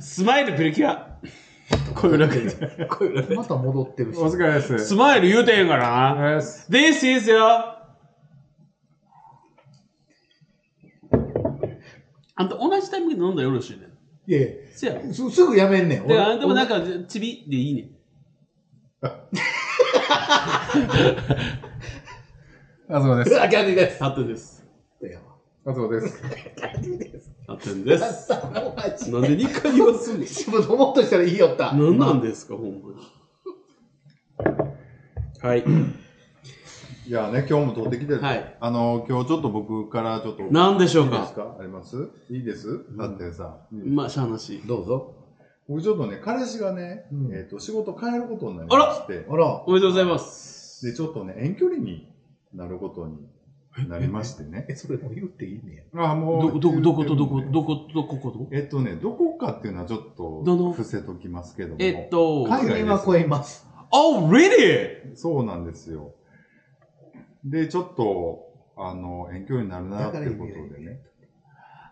スマイルプリキュア。こういう中で。こういう中で また戻ってるし。お疲れです。スマイル言うてへんからおな。疲れです。 This is your... あんた同じタイミングで飲んだらよろしいねん。いやいせやろやすすぐやめんねん。で、俺あんたもなんか、ちびでいいねん。あずまです。あ、キャンディーです。ハットです。い やあずまです。キャンディーです。ハットンであっす。さお待ち。 なんで2回言わすんです自分ともっとしたらいいよった。何なんでですか、ほんまに。はい。いやね、今日も取ってきて、はいあの、今日ちょっと僕からちょっと。何でしょうかいいですかありますいいです、だってさ、まあ、しゃあなし。どうぞ。僕ちょっとね、彼氏がね、うんえっ、と、仕事変えることになりまして、あら。おめでとうございます。で、ちょっとね、遠距離になることになりましてね。え、それもう言っていいねあ、もど、う。ど、どことどこ、どこことどことえっとね、どこかっていうのはちょっとどの、伏せときますけども。えっと、海外です国は超えます。 Oh, really? そうなんですよ。で、ちょっと、あの、遠距離になるなっていうことでね。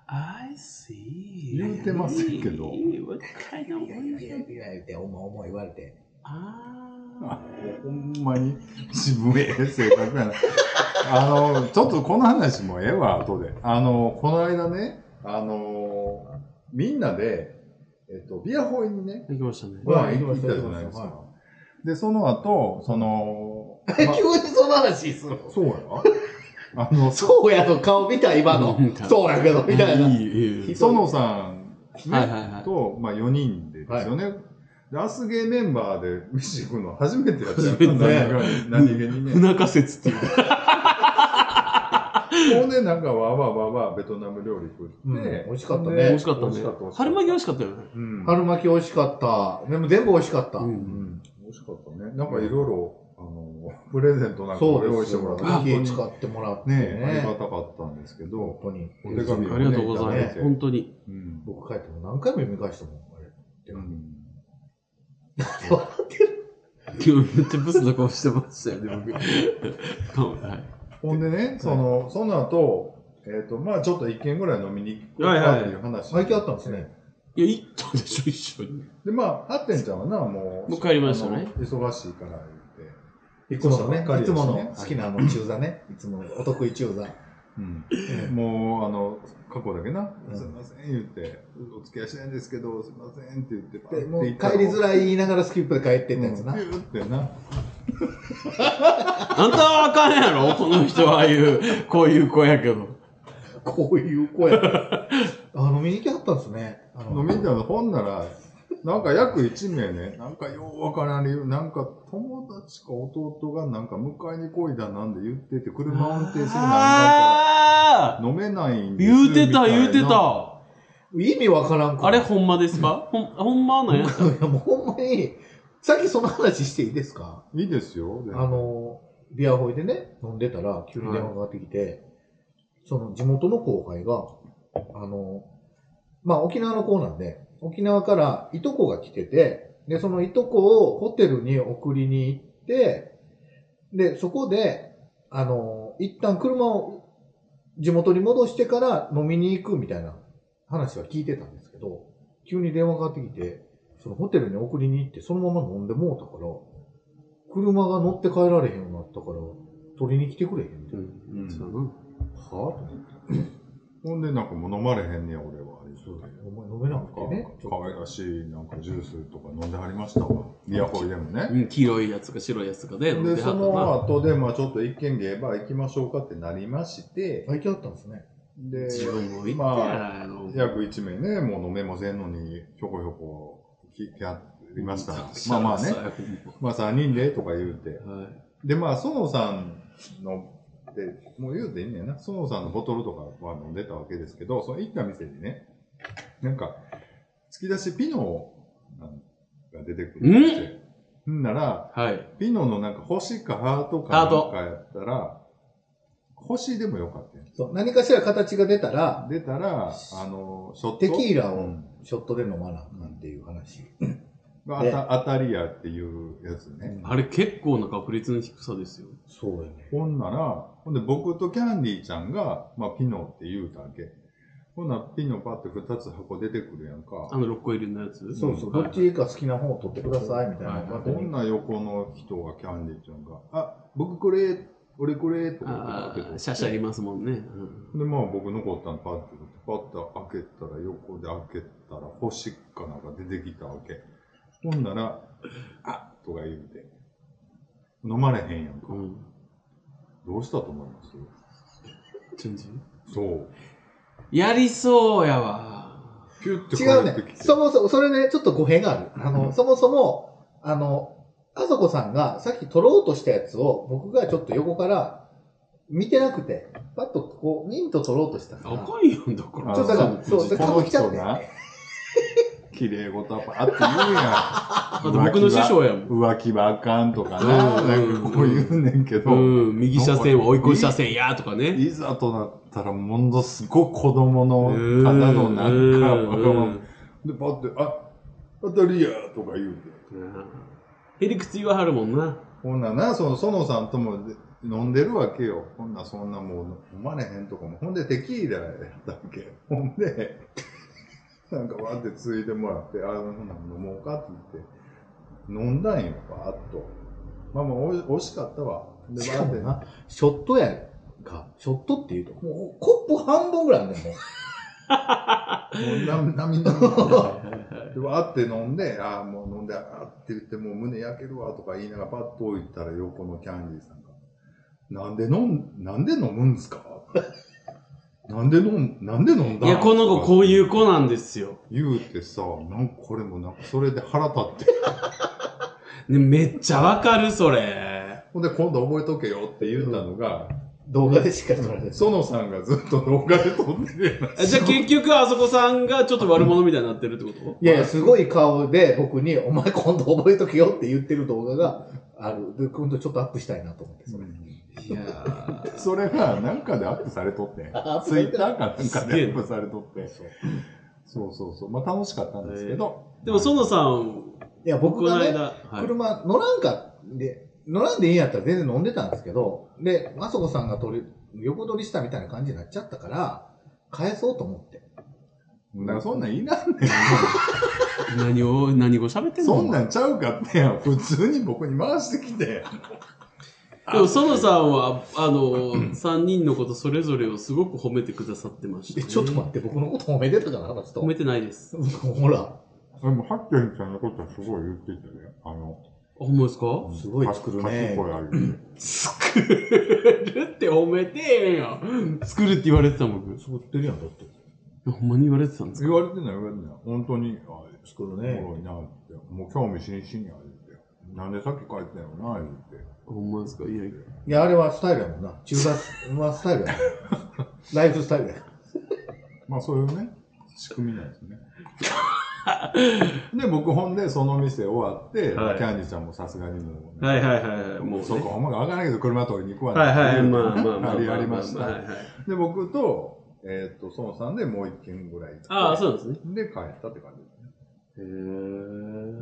I see. 言うてませんけど What kind い of やいやいやいや言って、お前、お前言われて。ああほんまに渋い性格やな。あの、ちょっとこの話もええわ、後で。あの、この間ね、あの、みんなで、えっと、ビアホイにね、ー。できましたね。はいまあ行ったじゃないですはいか。で、その後、その、 急まあにその話するのそうやなあの、 そうやの顔見た、今のうん。そうやけど、みたいな。いいいい園さん、ねはいはいはいと、まあ、4人でですよね。でアスゲーメンバーで飯行くの初めてやったよ初めて何気に何気にね。不仲説っていうか。ほんで、なんか、わーわーわーわーベトナム料理食って、うん美味しかったねで美味しかった美味しねかった美味しかっ。た春巻き美味しかったよね。うん。春巻き美味しかった。でも全部美味しかった。ううんん。美味しかったね。なんか、いろいろ、あの、プレゼントなんかそもう用で意しすてよもらって、。気本当に使ってもらってねありがね。たかったんですけど本、当に。お手紙ありがとうございまいただす。て本当に。うん。僕帰っても何回も読み返したもん、あれ。手う紙ん笑ってる今日めっちゃブスな顔してましたよね、僕。はいほんでね、その、その後、えっと、まあちょっと一軒ぐらい飲みに行こうはいはいかはいっていう話。最近あったんですね。。いや、行ったでしょ、一緒に。で、まあ、ハッテンちゃんはな、もう、もう帰りましたねあの。忙しいから言って。いつものそうそうね彼、いでつすねもの好きなあの中座ね。いつものお得意中座。うん、 もう、あの、過去だけな、うんすいません言って、お付き合いしないんですけど、すいませんって言って、パ で、もう帰りづいらい言いながらスキップで帰ってったやつなピ。ューってな。あんたはあかんやろ、この人はああいう、こういう子やけど。こういう子や。 あ、飲みに来はったんですね。あの飲みたいな、ほんなら、なんか約1名ね、なんかようわからん理由、なんか友達か弟がなんか迎えに来いだなんで言ってて、車運転するなんだから、あ飲めないんーです言うてた、言うてみいなた。意味わからんから。あれ、ほんまですかほん、ほんまなんやった いや、もうほんまに、さっきその話していいですかいいですよ。全然あ、の、ビアホイでね、飲んでたら、急に電話がかかってきて、その地元の後輩が、あの、まあ、沖縄の子なんで、沖縄からいとこが来てて、で、そのいとこをホテルに送りに行って、で、そこで、あの、一旦車を地元に戻してから飲みに行くみたいな話は聞いてたんですけど、急に電話がかかってきて、そのホテルに送りに行って、そのまま飲んでもうたから、車が乗って帰られへんようになったから、取りに来てくれへんみたいな。うんそうやなはぁと思って。ほんでなんかもう飲まれへんねや、俺は。そうだよ。お前飲めなくてね。可愛らしいなんかジュースとか飲んではりましたわ。ビアホイでもね。うん、黄色いやつか白いやつかで飲んで、ではそったな。の後で、まあちょっと一軒ゲーバー行きましょうかってなりまして、相手だったんですね。で、自分も行ったやまあ、ら、あの、約1名ね、もう飲めませんのに、ひょこひょこ来てやりました。ままああままああねね。。まあ3人でとか言うて。はで、まあ、園さんの、でもう言うていいんだよな。園さんのボトルとかは飲んでたわけですけど、その行った店でね、なんか、突き出しピノが出てくるんですよ。んなら、い。はい。ピノのなんか星かハートかハーなトんかやったら、星でもよかったよ。そう、何かしら形が出たら、出たら、あの、ショット。テキーラうをんショットで飲まなあかんっていう話。があた、当たりやっていうやつね。あれ結構な確率の低さですよ。そうやね。ほんなら、ほんで僕とキャンディーちゃんが、まあ、ピノって言うたわけ。ほな、ピノパって2つ箱出てくるやんかあ。の6個入りのやつそうそう、はどいっちか好きな方を取ってください、みたいなはいのが。こんな横の人がキャンディーちゃんが、あ、僕これ、俺これ、とかあって言ってあ、シャシャりますもんね。うんで、まあ僕残ったのパッて取って、パッと開けたら、横で開けたら、星かなんか出てきたわけ。ほんなら、あとか言うて、飲まれへんやんか。うん。どうしたと思いますチュンチュンそう。やりそうやわ。ピュッて違帰うってねき。て。そもそも、それね、ちょっと語弊がある。あの、うんそもそも、あの、あそこさんがさっき取ろうとしたやつを僕がちょっと横から見てなくて、パッとこう、ミント取ろうとしたかあら。かんよ、だかあら。ちょっとだから、のそう、で、こかのぶっちゃ人って。な、綺麗事はパ ーって言うやん。だって僕の師匠やもん。浮気はあかんとかな、うんなんかこう言うねんけど、うん、右車線は追い越し車線やとかね。いざとなったらものすごい子供のうんただのなうんか、んわがままで、パッて、あ、当たりやとか言うて。うんへりくつ言わはるもんな。ほんなな、その園さんともで飲んでるわけよ。ほんなそんなもう飲まれへんとかも。ほんでテキーラやったわけ。ほんで、 なんかわーってついてもらって、あ、ほんな飲もうかって言って、飲んだんよ、バーっと。まあまあ、おい惜しかったわ。で、しバかーっもて。 な、ショットやんか。ショットって言うと、もうコップ半分ぐらいあるんだよね。もうなみなみなみでわーって飲んで、ああ、もう飲んで、あーって言って、もう胸焼けるわとか言いながら、パッと置いたら横のキャンディーさんが、なんで飲ん、なんで飲むんですか なんで飲ん、なんで飲んだいや、この子こういう子なんですよ。言うてさ、なんかこれもなんかそれで腹立って、 ね、めっちゃわかる、それ。ほんで今度覚えとけよって言ったのが、動画でしか撮られない。園さんがずっと動画で撮ってるやえじゃあ結局、あそこさんがちょっと悪者みたいになってるってこといやいや、すごい顔で僕に、お前今度覚えとけよって言ってる動画がある。で、今度ちょっとアップしたいなと思って、それ。 ついやーそれがなんかでアップされとってんあアッ、プさツイれてッターかなんかすげえでアップされとって、そうそうそうそう、まあ楽しかったんですけど、でも、園さん、いや、僕このがね、間、はい車乗らんかで、乗らんでいいんやったら全然飲んでたんですけど、で、あそこさんが取り、横取りしたみたいな感じになっちゃったから、返そうと思って。だからそんなんいらんねん。何を、何語喋ってんのそんなんちゃうかってやん。普通に僕に回してきて。でも、園さんは、あの、3人のことそれぞれをすごく褒めてくださってました、え、ね。ちょっと待って、僕のこと褒めてたから、話と。褒めてないです。ほら、でも、ハッケンちゃんのことはすごい言ってたね。あの、あ、ほんまですかすごい作るね賢いある。作るって褒めてへんよ。作るって言われてたもん、作ってるやん、だって。僕。ほんまに言われてたんですか言われてない、言われてない。本当に、あ作るおねも。ろいなって。もう興味津々や、言って。なんでさっき帰ったんやろな、言って。ほんまですかいや、いや、あれはスタイルやもんな。中学はスタイルやもん。ライフスタイルや。まあ、そういうね、仕組みなんです ね。で、僕、ほんで、その店終わって、はいキャンディーちゃんもさすがにもう、はいはいはいはい。ももううそこ、ほんまかわからないけど、車取りに行くわはいはい、ってうまあまあまあ。ありありましはたい。はいで、僕と、えーっと、孫さんでもう一軒ぐらい行って。ああ、そうなんですね。で、帰ったって感じですね。へ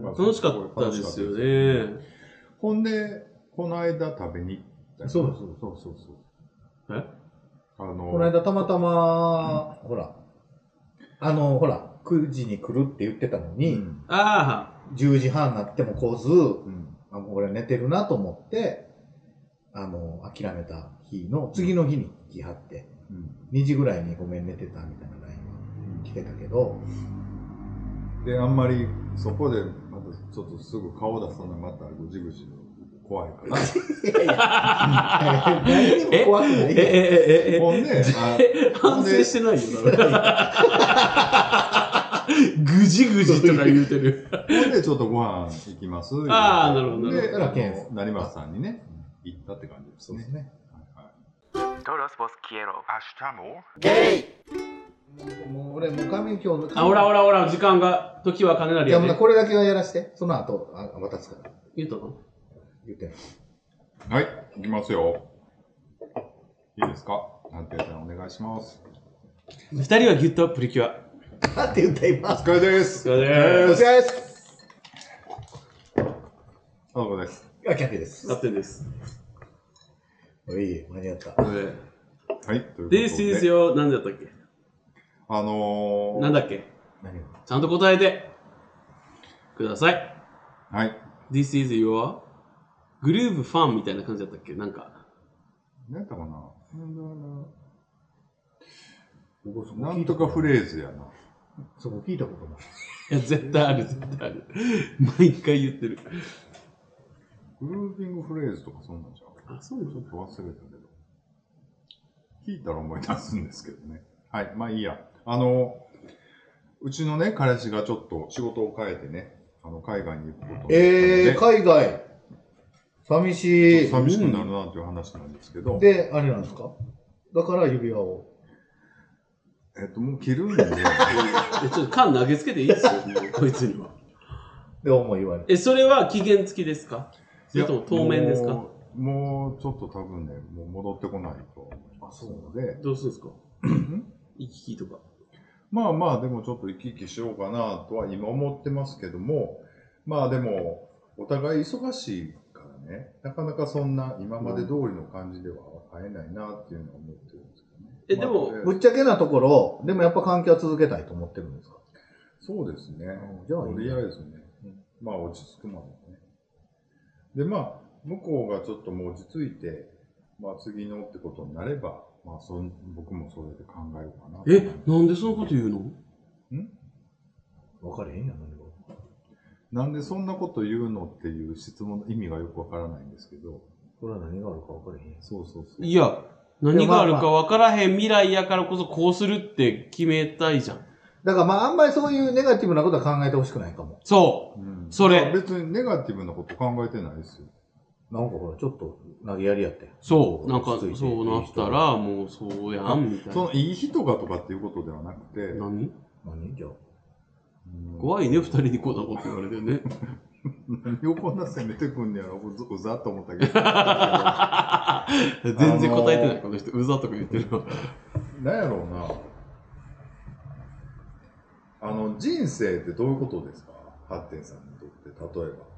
まあえ。楽しかったですよね。ほんで、この間食べに行ったよそうそそうそうそうそう。えあの、この間たまたま、ほら、あの、ほら、9時に来るって言ってたのうに、ん、あ10時半になっても来ず、うん。あもう俺は寝てるなと思って、あの、諦めた日の、次の日に来はって、うん。 2時ぐらいにごめん寝てたみたいな LINE が来てたけど、で、あんまり、そこで、また、ちょっとすぐ顔出すのがまた、ぐじぐじ怖いから。いやいや、何にも怖くなあ。え、いえ、ええ、え。やん。、ほ んで、あ反省してないよ、だから。ぐじぐじとか言うてる。ほんで、ちょっとご飯行きます。 ああなるほどなるほどで、だからあケンスの成松さんにね、行ったって感じですそうでねす。ね。はいはい Todos vos quiero. もう俺、もう髪今日、 あ、ほらほら。らほら、時間が、時は金なりいや、やもうなね。これだけはやらして、その後、あ渡すから、言うたの言って。はい、行きますよ。いいですか判定さんお願いします。二人はギュッとプリキュア。なんて言ったお今。疲れです。お疲れお様疲れ様です。あの子です。あ、キャンディーです。勝手です。おい、間に合った。これはい、ということで。 This is your, 何だったっけああのー、なんだっけ何がちゃんと答えてください。はい。 This is your グルーブファンみたいな感じだったっけなんか。なんだかな。僕そこな聞んいたとこかないフレーズやな。そこ聞いたことない。いや、絶対ある、絶対ある。毎回言ってる。グルーピングフレーズとかそんなんじゃん。あ、そうちょっと忘れたけど。聞いたら思い出すんですけどね。はい、まあいいや。あの、うちのね、彼氏がちょっと仕事を変えてね、あの海外に行くことになったので、えー、海外。寂しい。寂しくなるなという話なんですけど、で、あれなんですかだから指輪を。えっと、もう切る んで、え、ちょっと缶投げつけていいっすよ、もうこいつには。で、思い言われて。え、それは期限付きですかそれとも当面ですかもうもうちょっと多分ね、もう戻ってこないと思いますので、どうするんです か行き来とか。まあまあ、でもちょっと行き来しようかなとは今思ってますけども、まあでも、お互い忙しいからね、なかなかそんな今まで通りの感じでは会えないなっていうのは思ってるんですけどね。えでもまあぶっちゃけなところ、でもやっぱ関係は続けたいと思ってるんですかそうですね。じゃあいいとねりあえずね、まあ落ち着くまでね。で、まあ、向こうがちょっともう落ち着いて、まあ次のってことになれば、まあそん僕もそれで考えようかなとえ、なんでそのこと言うの分かれへんやん、何が。なんでそんなこと言うのっていう質問の意味がよくわからないんですけど、これは何があるか分かれへんやん。そうそうそう。いや、何があるか分からへん未来やからこそこうするって決めたいじゃん。だからまあ、あんまりそういうネガティブなことは考えてほしくないかも。そうんそれまあ別にネガティブなこと考えてないですよ。なんかほら、ちょっと投げやりやって。う、そう、なんか落ち着いてそうなった。らもうそうやんみたいそなの。いい人がとかっていうことではなくて、何何じゃあ。うん怖いね、二人にこんなこと言われてね。何をこんな 攻めてくんねやろ、うざうざっと思ったけ ど。全然答えてない、この人。うざとか言ってるわ。なんやろうな。あの、人生ってどういうことですか発展さんにとって、例えば。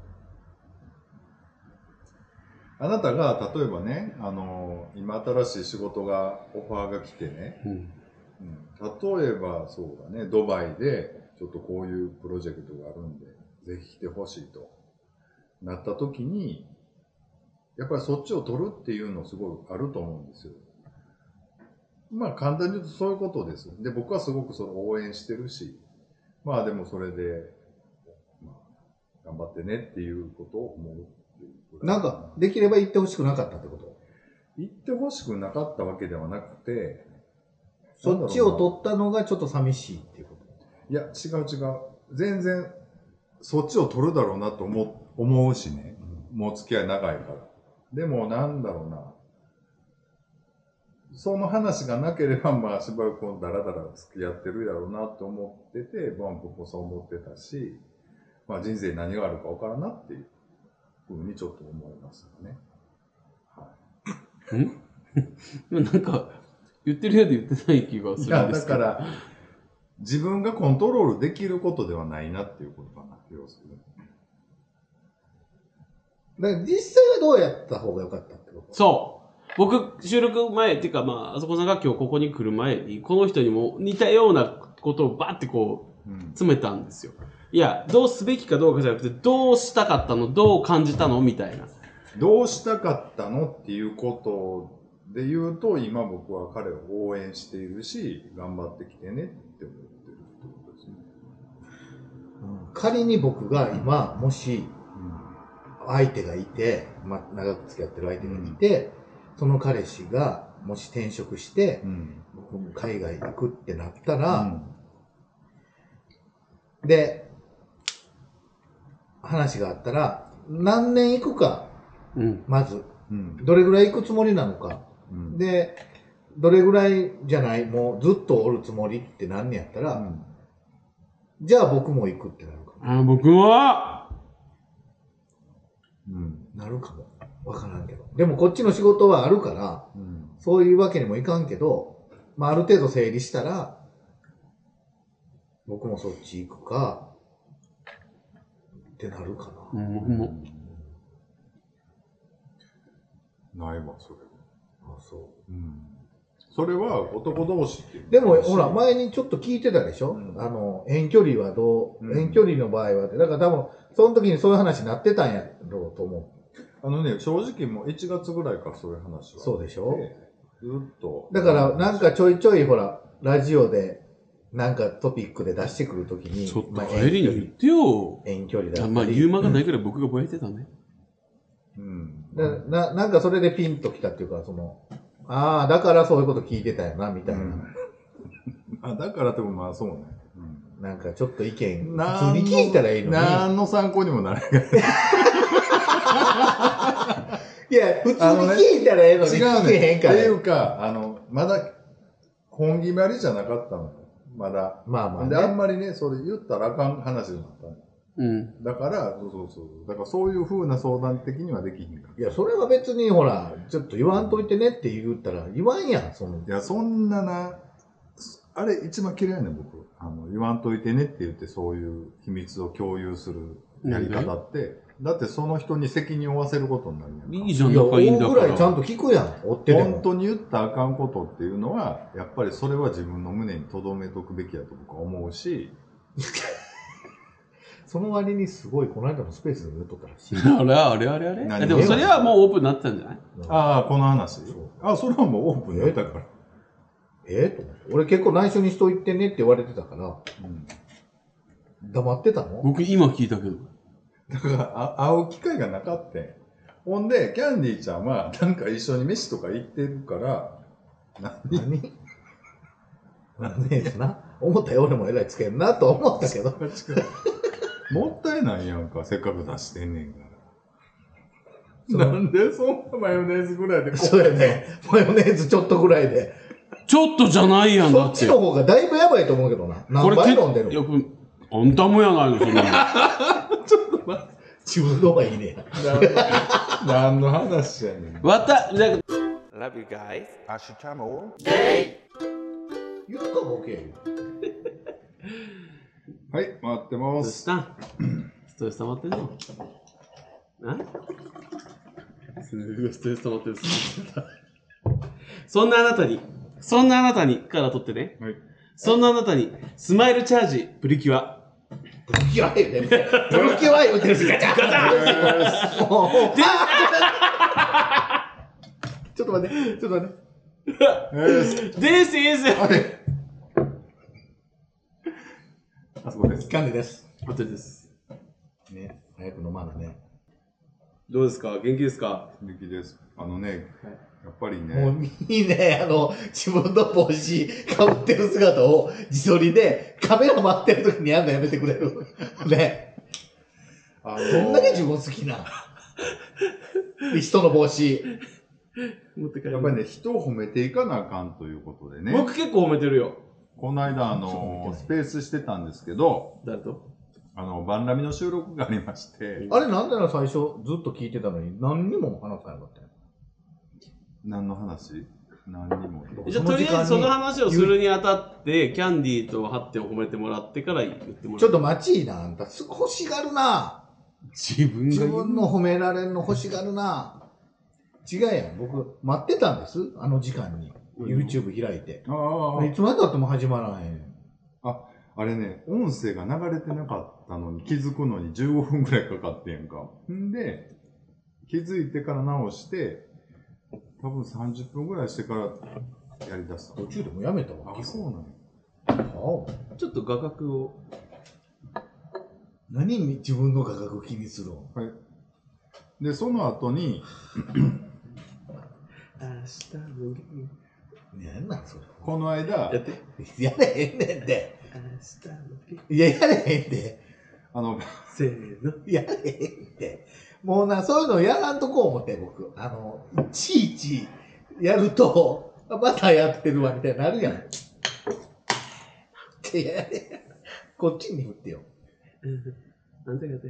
あなたが、例えばね、あの、今新しい仕事が、オファーが来てね、うんうん、例えばそうだね、ドバイで、ちょっとこういうプロジェクトがあるんで、ぜひ来てほしいとなった時に、やっぱりそっちを取るっていうのすごいあると思うんですよ。まあ簡単に言うとそういうことです。で、僕はすごくそれを応援してるし、まあでもそれで、まあ、頑張ってねっていうことを思うっていうぐらないんか、できれば言ってほしくなかったってこと言ってほしくなかったわけではなくて、そっちなをんだろうな取ったのがちょっと寂しいっていうこと。いや、違う違う。全然、そっちを取るだろうなと思う思うしね。もう付き合い長いから。でも、なんだろうな。その話がなければ、 まあ、しばらくこうだらだら付き合ってるやろうなと思ってて、まあ、僕もそう思ってたし、まあ、人生に何があるかわからんなっていうふうにちょっと思いますよね。でもなんか、言ってるようで言ってない気がいするや、んでだすけかど。ら、自分がコントロールできることではないなっていうことかな、要するに。だから実際はどうやった方が良かったってことそう。僕、収録前、っていうか、まあ、あそこさんが今日ここに来る前に、この人にも似たようなことをバってこう、うん詰めたんですよ。いや、どうすべきかどうかじゃなくて、どうしたかったのどう感じたのみたいな。どうしたかったのっていうことで言うと、今僕は彼を応援しているし、頑張ってきてねって思ってるってことですね。うん仮に僕が今、もし相手がいて、まあ、長く付き合ってる相手がいて、その彼氏がもし転職してう、ん。僕も海外行くってなったうら、んで、話があったら、何年行くか、うん。まず、うん。どれぐらい行くつもりなのか、うん。で、どれぐらいじゃない、もうずっとおるつもりってなんねやったら、うんじゃあ僕も行くってなるかも。あ僕は、うん。なるかも。わからんけど。でもこっちの仕事はあるから、うん。そういうわけにもいかんけど、まあ、ある程度整理したら、僕もそっち行くか、ってなるかうな。ん、僕もないわ、それは。あそう。うん。それは男同士っていう。でも、ほら、前にちょっと聞いてたでしょ、うんあの、遠距離はどう、うん遠距離の場合はって。だから多分、その時にそういう話になってたんやろうと思あのね、正直もう1月ぐらいからそういう話う。は。そうでしょ、でずっと。だから、なんかちょいちょい、ほら、ラジオで、なんかトピックで出してくるときに、ちょっとまあ帰りに言ってよ。遠距離だったあり。まあ、言う間がないくらい僕がぼやいてたね。うん。だななんかそれでピンときたっていうか、その、ああ、だからそういうこと聞いてたよな、みたいな。うんあだからでもまあそうね。うんなんかちょっと意見、何普の通に聞いたらいいのに。何の参考にもならない。いや、普通にあのね聞いたらええのに違う聞けへね。んってから。いうか、あの、まだ、本気まりじゃなかったのよ。まだ。まあまあ、で、あんね、まりね、それ言ったらあかん話になったのうん。だから、そうそうそう。だからそういう風な相談的にはできひんかったいや、それは別にほら、ちょっと言わんといてねって言ったら、言わんやん、その。いや、そんなな、あれ一番嫌いやねん、僕。あの、言わんといてねって言って、そういう秘密を共有するやり方って、だってその人に責任を負わせることになるやんかいいじゃん、いや、仲いいんだ大かぐら。らいちゃんと聞くやん、追ってで本も。当に言ったらあかんことっていうのは、やっぱりそれは自分の胸に留めとくべきやと僕は思うし、その割にすごい、この間のスペースで言っとったらしい。あれあれあれあれ何えでもそれはもうオープンになってたんじゃないああ、この話そうあそれはもうオープンだったから。ええと思って。俺結構内緒にしといてねって言われてたから、うん黙ってたの僕今聞いたけど。だからあ、会う機会がなかったんほんで、キャンディーちゃんは、なんか一緒に飯とか行ってるから、何なんでやろな。思ったよ、俺もえらいつけんなと思ったけど。 もったいないやんか、せっかく出してんねんかそうら。なんでそんなマヨネーズぐらいでこそうやね。マヨネーズちょっとぐらいで。ちょっとじゃないやん、だそっっちて。の方がだいぶやばいと思うけどな。何倍飲んでるいやこれあんたもやないの、そんなの。 自分の方がいいね。何の話やねん。わた、なんか Love you guys. 言うかボケる。はい、待ってまどうすし。たストレス溜まってんのなすごいストレス溜まってる。 そんなあなたに、そんなあなたにから取ってね。はいそんなあなたに、スマイルチャージ、プリキュア。ブルキュア言うてる。ブルキュア言うてる。ガチャガチャもうちょっと待って、ちょっと待って。 This is... あそこです。キャンディです。ホテルです。ね、早く飲まなね。どうですか元気ですか鈴木です。あのね、やっぱりもね、ういいね、あの、自分の帽子かぶってる姿を自撮りでカメラ回ってる時にやるのやめてくれる。ね、あどんだけの、自分好きな。人の帽子。持って帰やっぱりね、人を褒めていかなあかんということでね、僕結構褒めてるよ。この間、あの、スペースしてたんですけど、誰とあの、番組の収録がありまして、あれなんでな最初ずっと聞いてたのに何にも話さなかったよ。何の話何にも。じゃあとりあえずその話をするにあたって、キャンディーとハッテンを褒めてもらってから言ってもらう。ちょっと待ちいいな、あんた。す欲しがるな。自分が自言う分の褒められんの欲しがるな。違うやん。僕、待ってたんです。あの時間に。YouTube 開いて。ああいつまでたっても始まらへん。あれね、音声が流れてなかったのに気づくのに15分ぐらいかかってんやんか。んで、気づいてから直して、多分30分ぐらいしてからやりだした。途中でもうやめたわ。あ、そうなんや。顔ちょっと画角を。何に自分の価格気にするのはい。で、その後に、明日も元なんなんそれ。この間気。や、って。やれへんねんって。明日も元いや、やれへんって。あの、気。せーの。やれへんって。もうな、そういうのやらんとこ思って、僕。あの、いちいちやると、あまたやってるわ、みたいになるやん。いややれへんこっちに振ってよ。あんた方やんない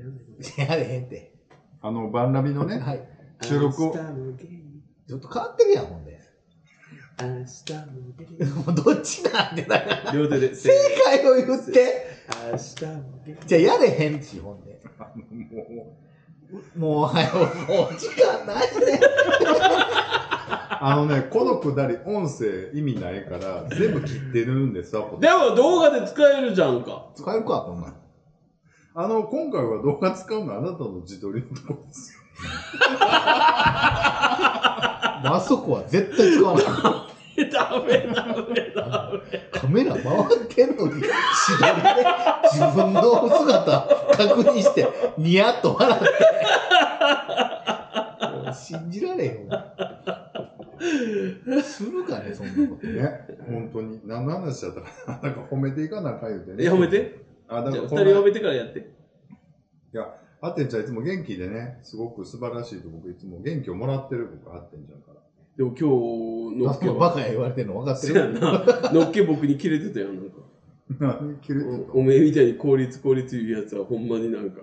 やれへんって。あの、バンラビのね、はい。収録を明日も元気。ちょっと変わってるやん、ほんで。明日も元もうどっちなんてな。気。両手で。正解を言って。明日も元気。じゃあやれへんし、ほんで。もう、もう、はい、もう時間ないね。ああのね、このくだり音声意味ないから、全部切ってるんで すわ、これでも動画で使えるじゃんか。使えるか、こんなん。あの、今回は動画使うのはあなたの自撮りのとこですよ。あそこは絶対使わない。 ダメダメダメ。カメラ回ってんのに、自撮りで自分の姿確認して、ニヤッと笑って。もう信じられへんわ。するかね、そんなこと。ね、本当に。何の話だったかな。なんか 褒めていかなあかん言うてね。え、褒め。て。あ、だじかゃらあ、二人この褒めてからやって。あってんちゃんいつも元気でね、すごく素晴らしいと僕いつも元気をもらってる僕、あってんちゃんから。でも今日、のっけバは。カや言われてんの分かってせるや。な。のっけ僕にキレてたよ、なんか。 何切れておおめえみたいに効率効率言うやつはほんまになんか、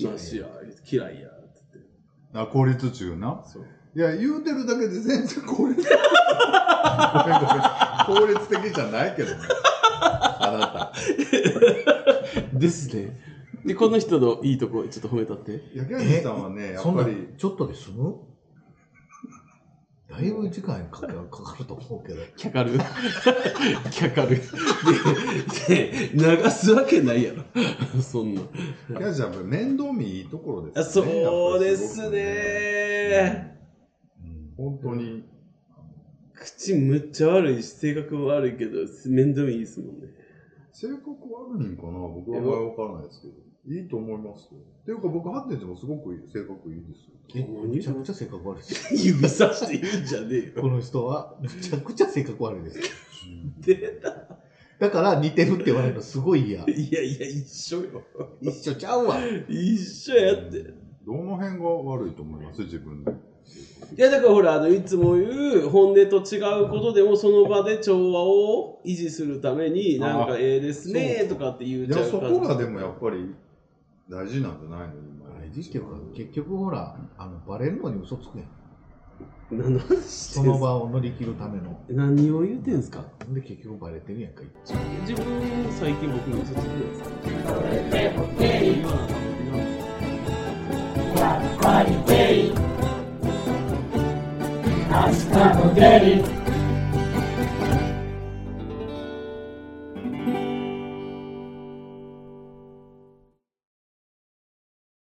なしや、嫌いや、つって。たあ、効率中な。そう。いや、言うてるだけで全然効率ごめんごめん。効率的じゃないけどね。あなですね。で、この人のいいとこ、ちょっと褒めたって。た。いや、ギャンジさんはね、やそっんぱなり、ちょっとで済むだいぶ時間かかるかかると思うけど。 キャカル。キャカル。で、で、流すわけないやろ。そんな。ギャンジさんは面倒見いいところですね。そうですやっね。ぱりすごくね。うん本当に。口むっちゃ悪いし、性格も悪いけど、面倒見いいですもんね。性格悪いんかな僕はあんまりわからないですけど。いいと思いますよ。っていうか僕、ハッテンちゃんもすごくいい性格いいですよ。え、めちゃくちゃ性格悪いです。指さして言うんじゃねえよ。 この人は、めちゃくちゃ性格悪いです。で、だから似てるって言われるのすごい嫌。いやいや、一緒よ。一緒ちゃうわ。一緒やって。いどの辺が悪いと思います自分で。や、だからほら、あの、いつも言う、本音と違うことでも、その場で調和を維持するために、なんか、ええですね、とかって言ういちゃや、うそ感じこがでもやっぱり大事なんじゃないの今。大事っていうか、結局ほら、あの、バレるのに嘘つくやん。何してそんのすか場を乗り切るための。何を言うてんすかで、結局バレてるやんか。自分最近僕の嘘ついてるんですやっぱりデリ明日もデリ